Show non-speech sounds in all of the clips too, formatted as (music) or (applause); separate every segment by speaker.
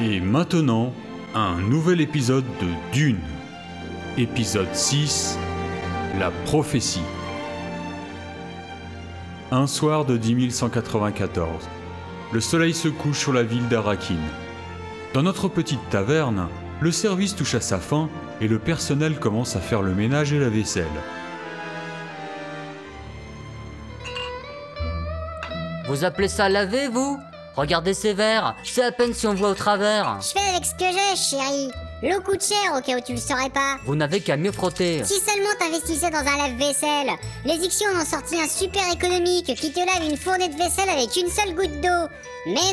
Speaker 1: Et maintenant, un nouvel épisode de Dune. Épisode 6 La prophétie. Un soir de 10194, le soleil se couche sur la ville d'Arakin. Dans notre petite taverne, le service touche à sa fin et le personnel commence à faire le ménage et la vaisselle.
Speaker 2: Vous appelez ça laver, vous Regardez ces verres, c'est à peine si on voit au travers.
Speaker 3: Je fais avec ce que j'ai, chérie. L'eau coûte cher au cas où tu le saurais pas.
Speaker 2: Vous n'avez qu'à mieux frotter.
Speaker 3: Si seulement t'investissais dans un lave-vaisselle. Les Ixions en ont sorti un super économique qui te lave une fournée de vaisselle avec une seule goutte d'eau. Mais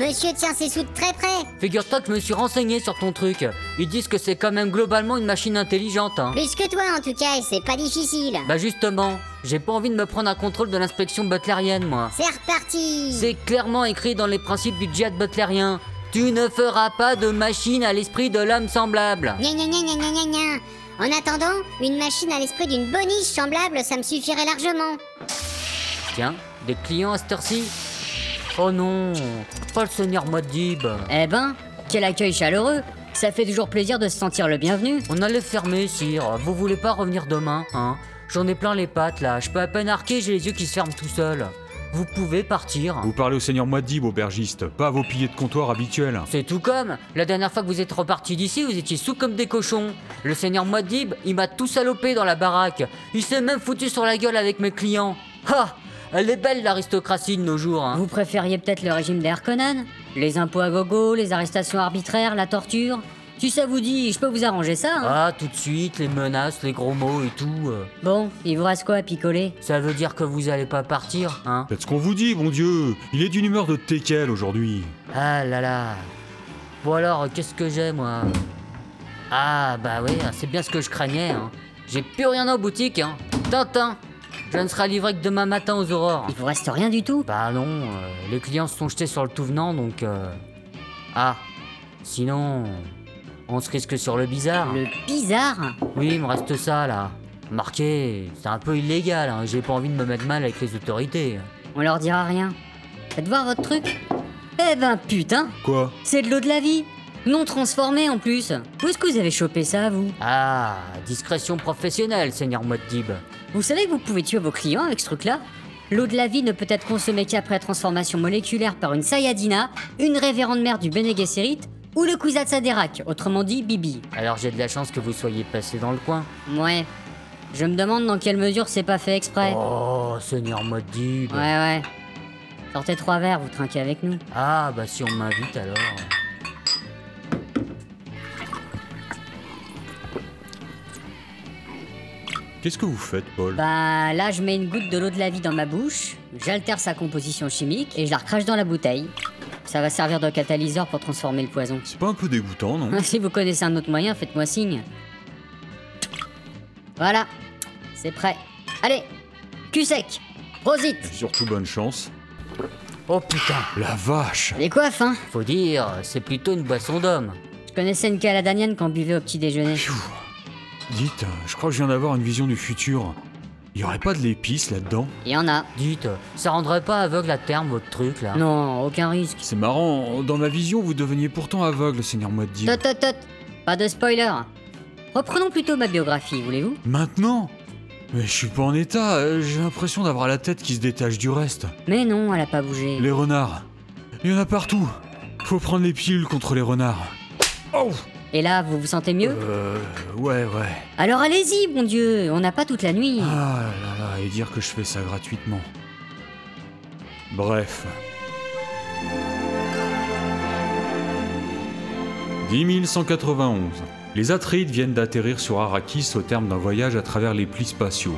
Speaker 3: non, monsieur tient ses sous de très près.
Speaker 2: Figure-toi que je me suis renseigné sur ton truc. Ils disent que c'est quand même globalement une machine intelligente. hein.
Speaker 3: Plus que toi en tout cas, et c'est pas difficile.
Speaker 2: Bah justement, j'ai pas envie de me prendre un contrôle de l'inspection butlérienne, moi.
Speaker 3: C'est reparti.
Speaker 2: C'est clairement écrit dans les principes du djihad butlérien. Tu ne feras pas de machine à l'esprit de l'homme semblable.
Speaker 3: Gna gna gna gna gna gna gna. En attendant, une machine à l'esprit d'une boniche semblable, ça me suffirait largement.
Speaker 2: Tiens, des clients à cette heure-ci Oh non, pas le seigneur Modib.
Speaker 4: Eh ben, quel accueil chaleureux Ça fait toujours plaisir de se sentir le bienvenu.
Speaker 2: On allait fermer, sire. Vous voulez pas revenir demain, hein J'en ai plein les pattes là, je peux à peine arquer, j'ai les yeux qui se ferment tout seuls. Vous pouvez partir.
Speaker 1: Vous parlez au seigneur Moadib, aubergiste, pas à vos piliers de comptoir habituels.
Speaker 2: C'est tout comme. La dernière fois que vous êtes reparti d'ici, vous étiez sous comme des cochons. Le seigneur Moadib, il m'a tout salopé dans la baraque. Il s'est même foutu sur la gueule avec mes clients. Ha Elle est belle l'aristocratie de nos jours, hein.
Speaker 4: Vous préfériez peut-être le régime d'Air Conan Les impôts à gogo, les arrestations arbitraires, la torture Si ça vous dit, je peux vous arranger ça. hein.
Speaker 2: Ah, tout de suite, les menaces, les gros mots et tout. euh.
Speaker 4: Bon, il vous reste quoi à picoler
Speaker 2: Ça veut dire que vous allez pas partir, hein
Speaker 1: Faites ce qu'on vous dit, bon Dieu Il est d'une humeur de teckel aujourd'hui.
Speaker 2: Ah là là. Bon alors, euh, qu'est-ce que j'ai moi Ah bah oui, c'est bien ce que je craignais. hein. J'ai plus rien en boutique. Hein. Tintin, je ne serai livré que demain matin aux aurores.
Speaker 4: Il vous reste rien du tout
Speaker 2: Bah non, euh, les clients se sont jetés sur le tout venant donc. euh, Ah, sinon, on se risque sur le bizarre. hein.
Speaker 4: Le bizarre
Speaker 2: Oui, il me reste ça là. Marqué, c'est un peu illégal. hein, J'ai pas envie de me mettre mal avec les autorités.
Speaker 4: On leur dira rien. Faites voir votre truc Eh ben putain
Speaker 1: Quoi
Speaker 4: C'est de l'eau de la vie Non transformée en plus Où est-ce que vous avez chopé ça, vous
Speaker 2: Ah, discrétion professionnelle, seigneur Motdib.
Speaker 4: Vous savez que vous pouvez tuer vos clients avec ce truc-là L'eau de la vie ne peut être consommée qu'après transformation moléculaire par une Sayadina, une révérende mère du Bene Gesserit ou le Kuzatsa d'Erak, autrement dit Bibi.
Speaker 2: Alors j'ai de la chance que vous soyez passé dans le coin.
Speaker 4: Ouais. Je me demande dans quelle mesure c'est pas fait exprès.
Speaker 2: Oh, Seigneur Modib.
Speaker 4: Ouais, ouais. Sortez trois verres, vous trinquez avec nous.
Speaker 2: Ah, bah si on m'invite alors.
Speaker 1: Qu'est-ce que vous faites, Paul
Speaker 4: Bah là, je mets une goutte de l'eau de la vie dans ma bouche, j'altère sa composition chimique et je la recrache dans la bouteille. Ça va servir de catalyseur pour transformer le poison.
Speaker 1: C'est pas un peu dégoûtant,
Speaker 4: (laughs)
Speaker 1: non
Speaker 4: Bah, Si vous connaissez un autre moyen, faites-moi signe. Voilà, c'est prêt. Allez, cul sec, prosite.
Speaker 1: Surtout bonne chance.
Speaker 2: Oh putain,
Speaker 1: La vache
Speaker 4: Les coiffes, hein
Speaker 2: faut dire, c'est plutôt une boisson d'homme.
Speaker 4: Je connaissais une caladanienne quand on buvait au petit déjeuner.
Speaker 1: Pfiou. Dites, euh, je crois que je viens d'avoir une vision du futur. Il y aurait pas de l'épice là-dedans
Speaker 4: Il y en a.
Speaker 2: Dites, ça rendrait pas aveugle à terme votre truc là
Speaker 4: Non, aucun risque.
Speaker 1: C'est marrant, dans ma vision, vous deveniez pourtant aveugle, Seigneur Moadib.
Speaker 4: Tot, tot, tot. Pas de spoiler. Reprenons plutôt ma biographie, voulez-vous
Speaker 1: Maintenant Mais je suis pas en état, euh, j'ai l'impression d'avoir la tête qui se détache du reste.
Speaker 4: Mais non, elle a pas bougé.
Speaker 1: Les renards. Il y en a partout. Faut prendre les pilules contre les renards. Oh
Speaker 4: Et là, vous vous sentez mieux
Speaker 1: Euh. Ouais, ouais.
Speaker 4: Alors allez-y, bon Dieu, on n'a pas toute la nuit.
Speaker 1: Ah là là, et dire que je fais ça gratuitement. Bref. 10191. Les Atrides viennent d'atterrir sur Arrakis au terme d'un voyage à travers les plis spatiaux.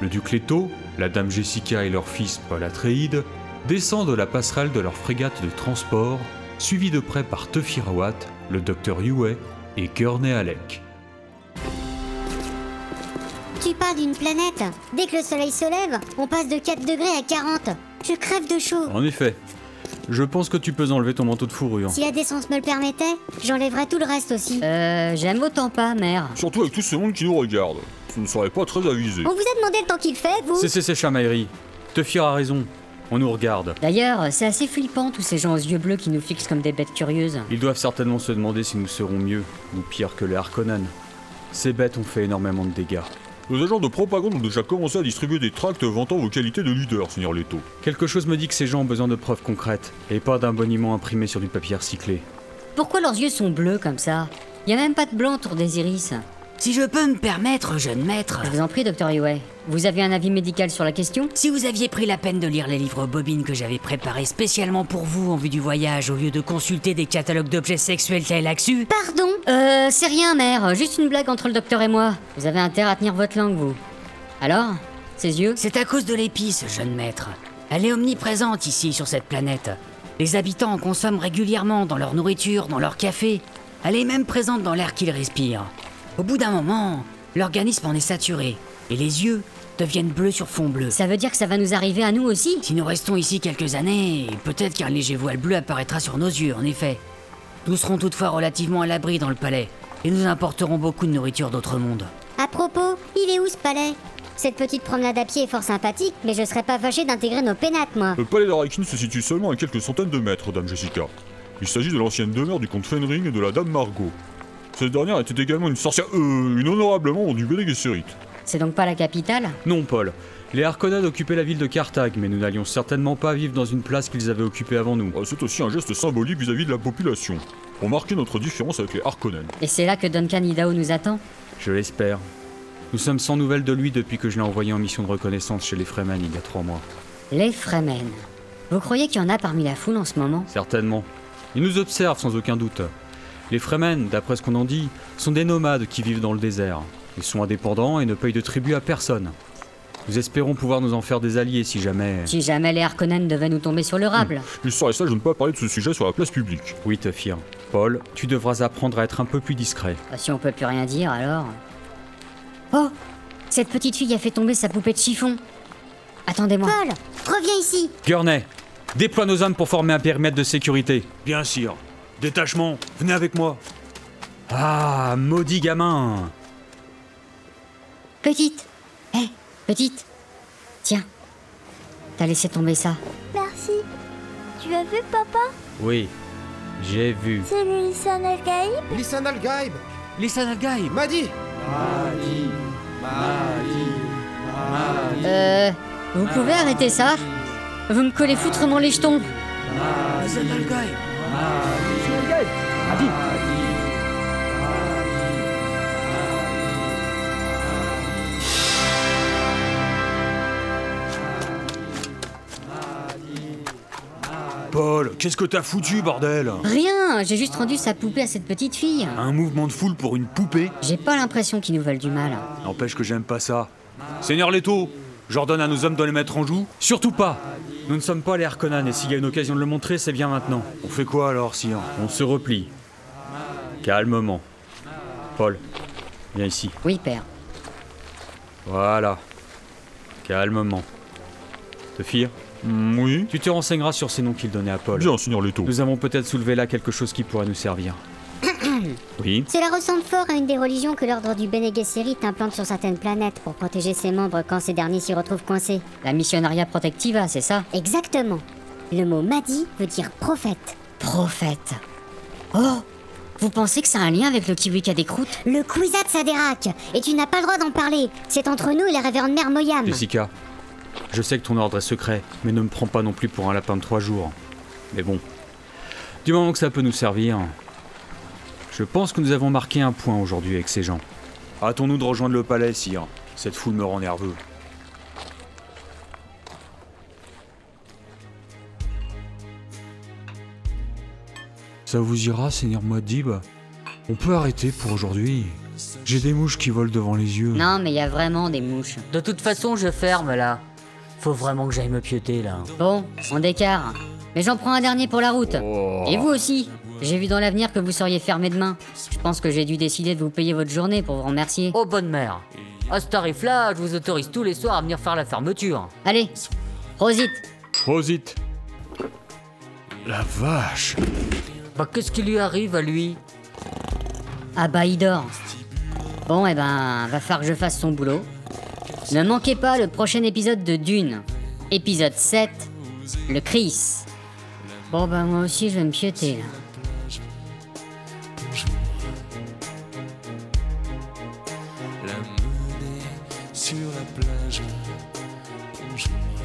Speaker 1: Le duc Leto, la dame Jessica et leur fils Paul Atreide descendent la passerelle de leur frégate de transport, suivis de près par Tuffy Rawat, le docteur Huey et Gurney Alec.
Speaker 3: Tu pars d'une planète. Dès que le soleil se lève, on passe de 4 degrés à 40. Je crève de chaud.
Speaker 1: En effet, je pense que tu peux enlever ton manteau de fourrure.
Speaker 3: Si la décence me le permettait, j'enlèverais tout le reste aussi.
Speaker 4: Euh, j'aime autant pas, mère.
Speaker 5: Surtout avec tout ce monde qui nous regarde. Ce ne serait pas très avisé.
Speaker 3: On vous a demandé le temps qu'il fait, vous
Speaker 1: C'est c'est c'est chamaillerie. Tefir a raison. On nous regarde.
Speaker 4: D'ailleurs, c'est assez flippant tous ces gens aux yeux bleus qui nous fixent comme des bêtes curieuses.
Speaker 1: Ils doivent certainement se demander si nous serons mieux ou pire que les Harkonnen. Ces bêtes ont fait énormément de dégâts.
Speaker 5: Nos agents de propagande ont déjà commencé à distribuer des tracts vantant vos qualités de leader, Seigneur Leto.
Speaker 1: Quelque chose me dit que ces gens ont besoin de preuves concrètes et pas d'un boniment imprimé sur du papier recyclé.
Speaker 4: Pourquoi leurs yeux sont bleus comme ça Y a même pas de blanc autour des iris.
Speaker 6: Si je peux me permettre, jeune maître,
Speaker 4: Je vous en prie, docteur Iway. Vous avez un avis médical sur la question
Speaker 6: si vous aviez pris la peine de lire les livres bobines que j'avais préparés spécialement pour vous en vue du voyage, au lieu de consulter des catalogues d'objets sexuels tels axus,
Speaker 3: Pardon
Speaker 4: Euh, c'est rien, mère. Juste une blague entre le docteur et moi. Vous avez intérêt à tenir votre langue, vous. Alors Ses yeux
Speaker 6: c'est à cause de l'épice, jeune maître. Elle est omniprésente ici sur cette planète. Les habitants en consomment régulièrement dans leur nourriture, dans leur café. Elle est même présente dans l'air qu'ils respirent. Au bout d'un moment, l'organisme en est saturé et les yeux deviennent bleus sur fond bleu.
Speaker 4: Ça veut dire que ça va nous arriver à nous aussi
Speaker 6: Si nous restons ici quelques années, peut-être qu'un léger voile bleu apparaîtra sur nos yeux, en effet. Nous serons toutefois relativement à l'abri dans le palais, et nous importerons beaucoup de nourriture d'autres mondes.
Speaker 3: À propos, il est où ce palais Cette petite promenade à pied est fort sympathique, mais je serais pas fâché d'intégrer nos pénates, moi.
Speaker 5: Le palais d'Arakin se situe seulement à quelques centaines de mètres, Dame Jessica. Il s'agit de l'ancienne demeure du comte Fenring et de la Dame Margot. Cette dernière était également une sorcière, euh, une honorable membre du Bene Gesserit.
Speaker 4: C'est donc pas la capitale
Speaker 1: Non, Paul. Les Harkonnen occupaient la ville de Carthage, mais nous n'allions certainement pas vivre dans une place qu'ils avaient occupée avant nous.
Speaker 5: Ah, C'est aussi un geste symbolique vis-à-vis de la population, pour marquer notre différence avec les Harkonnen.
Speaker 4: Et c'est là que Duncan Idaho nous attend
Speaker 1: Je l'espère. Nous sommes sans nouvelles de lui depuis que je l'ai envoyé en mission de reconnaissance chez les Fremen il y a trois mois.
Speaker 4: Les Fremen. Vous croyez qu'il y en a parmi la foule en ce moment
Speaker 1: Certainement. Ils nous observent sans aucun doute. Les Fremen, d'après ce qu'on en dit, sont des nomades qui vivent dans le désert. Ils sont indépendants et ne payent de tribut à personne. Nous espérons pouvoir nous en faire des alliés si jamais...
Speaker 4: Si jamais les Harkonnen devaient nous tomber sur le rable.
Speaker 5: Il serait sage de ne pas parler de ce sujet sur la place publique.
Speaker 1: Oui, Tefir. Paul, tu devras apprendre à être un peu plus discret.
Speaker 4: Bah, Si on peut plus rien dire, alors. Oh Cette petite fille a fait tomber sa poupée de chiffon. Attendez-moi.
Speaker 3: Paul, reviens ici
Speaker 1: Gurney, déploie nos hommes pour former un périmètre de sécurité.
Speaker 7: Bien sûr. Détachement, venez avec moi.
Speaker 1: Ah, maudit gamin
Speaker 4: Petite Hé, petite Tiens. T'as laissé tomber ça.
Speaker 8: Merci. Tu as vu, papa
Speaker 1: Oui, j'ai vu.
Speaker 8: C'est le lycéen Algaï
Speaker 9: Lisan Al-Gaib
Speaker 6: Lisan Algaï
Speaker 9: Madi
Speaker 4: Euh. Vous pouvez arrêter ça Vous me collez foutrement les jetons.
Speaker 7: Paul, qu'est-ce que t'as foutu, bordel
Speaker 4: Rien J'ai juste rendu sa poupée à cette petite fille.
Speaker 7: Un mouvement de foule pour une poupée
Speaker 4: J'ai pas l'impression qu'ils nous veulent du mal.
Speaker 7: N'empêche que j'aime pas ça. Seigneur Leto, j'ordonne à nos hommes de les mettre en joue.
Speaker 1: Surtout pas Nous ne sommes pas les Harkonnen et s'il y a une occasion de le montrer, c'est bien maintenant.
Speaker 7: On fait quoi alors, sire
Speaker 1: On se replie. Calmement. Paul, viens ici.
Speaker 4: Oui, père.
Speaker 1: Voilà. Calmement. Tefir,
Speaker 5: Hmm, oui
Speaker 1: tu te renseigneras sur ces noms qu'il donnait à Paul.
Speaker 5: Bien, Seigneur Leto.
Speaker 1: Nous avons peut-être soulevé là quelque chose qui pourrait nous servir. oui
Speaker 3: Cela ressemble fort à une des religions que l'ordre du Bene Gesserit implante sur certaines planètes pour protéger ses membres quand ces derniers s'y retrouvent coincés.
Speaker 4: La missionaria protectiva, c'est ça
Speaker 3: Exactement. Le mot Mahdi veut dire prophète.
Speaker 4: Prophète. Oh Vous pensez que ça a un lien avec le kiwi qui a des croûtes
Speaker 3: Le Kwisatz Haderach, et tu n'as pas le droit d'en parler. C'est entre nous et la révérende mère Moyam.
Speaker 1: Jessica, je sais que ton ordre est secret, mais ne me prends pas non plus pour un lapin de trois jours. Mais bon, du moment que ça peut nous servir, je pense que nous avons marqué un point aujourd'hui avec ces gens.
Speaker 7: Hâtons-nous de rejoindre le palais, sire. Cette foule me rend nerveux.
Speaker 1: Ça vous ira, Seigneur Muad'Dib On peut arrêter pour aujourd'hui. J'ai des mouches qui volent devant les yeux.
Speaker 4: Non, mais il y a vraiment des mouches.
Speaker 2: De toute façon, je ferme là. Faut vraiment que j'aille me piéter là.
Speaker 4: Bon, on décare. Mais j'en prends un dernier pour la route. Et vous aussi. J'ai vu dans l'avenir que vous seriez fermé demain. Je pense que j'ai dû décider de vous payer votre journée pour vous remercier.
Speaker 2: Oh bonne mère À ce tarif-là, je vous autorise tous les soirs à venir faire la fermeture.
Speaker 4: Allez, Rosite.
Speaker 1: Prosit
Speaker 7: La vache
Speaker 2: Bah qu'est-ce qui lui arrive à lui
Speaker 4: Ah bah il dort. Bon, eh ben, va falloir que je fasse son boulot. Ne manquez pas le prochain épisode de Dune. Épisode 7, Le Chris. Bon bah moi aussi je vais me piéter là.
Speaker 9: la mener sur la plage. Bonjour.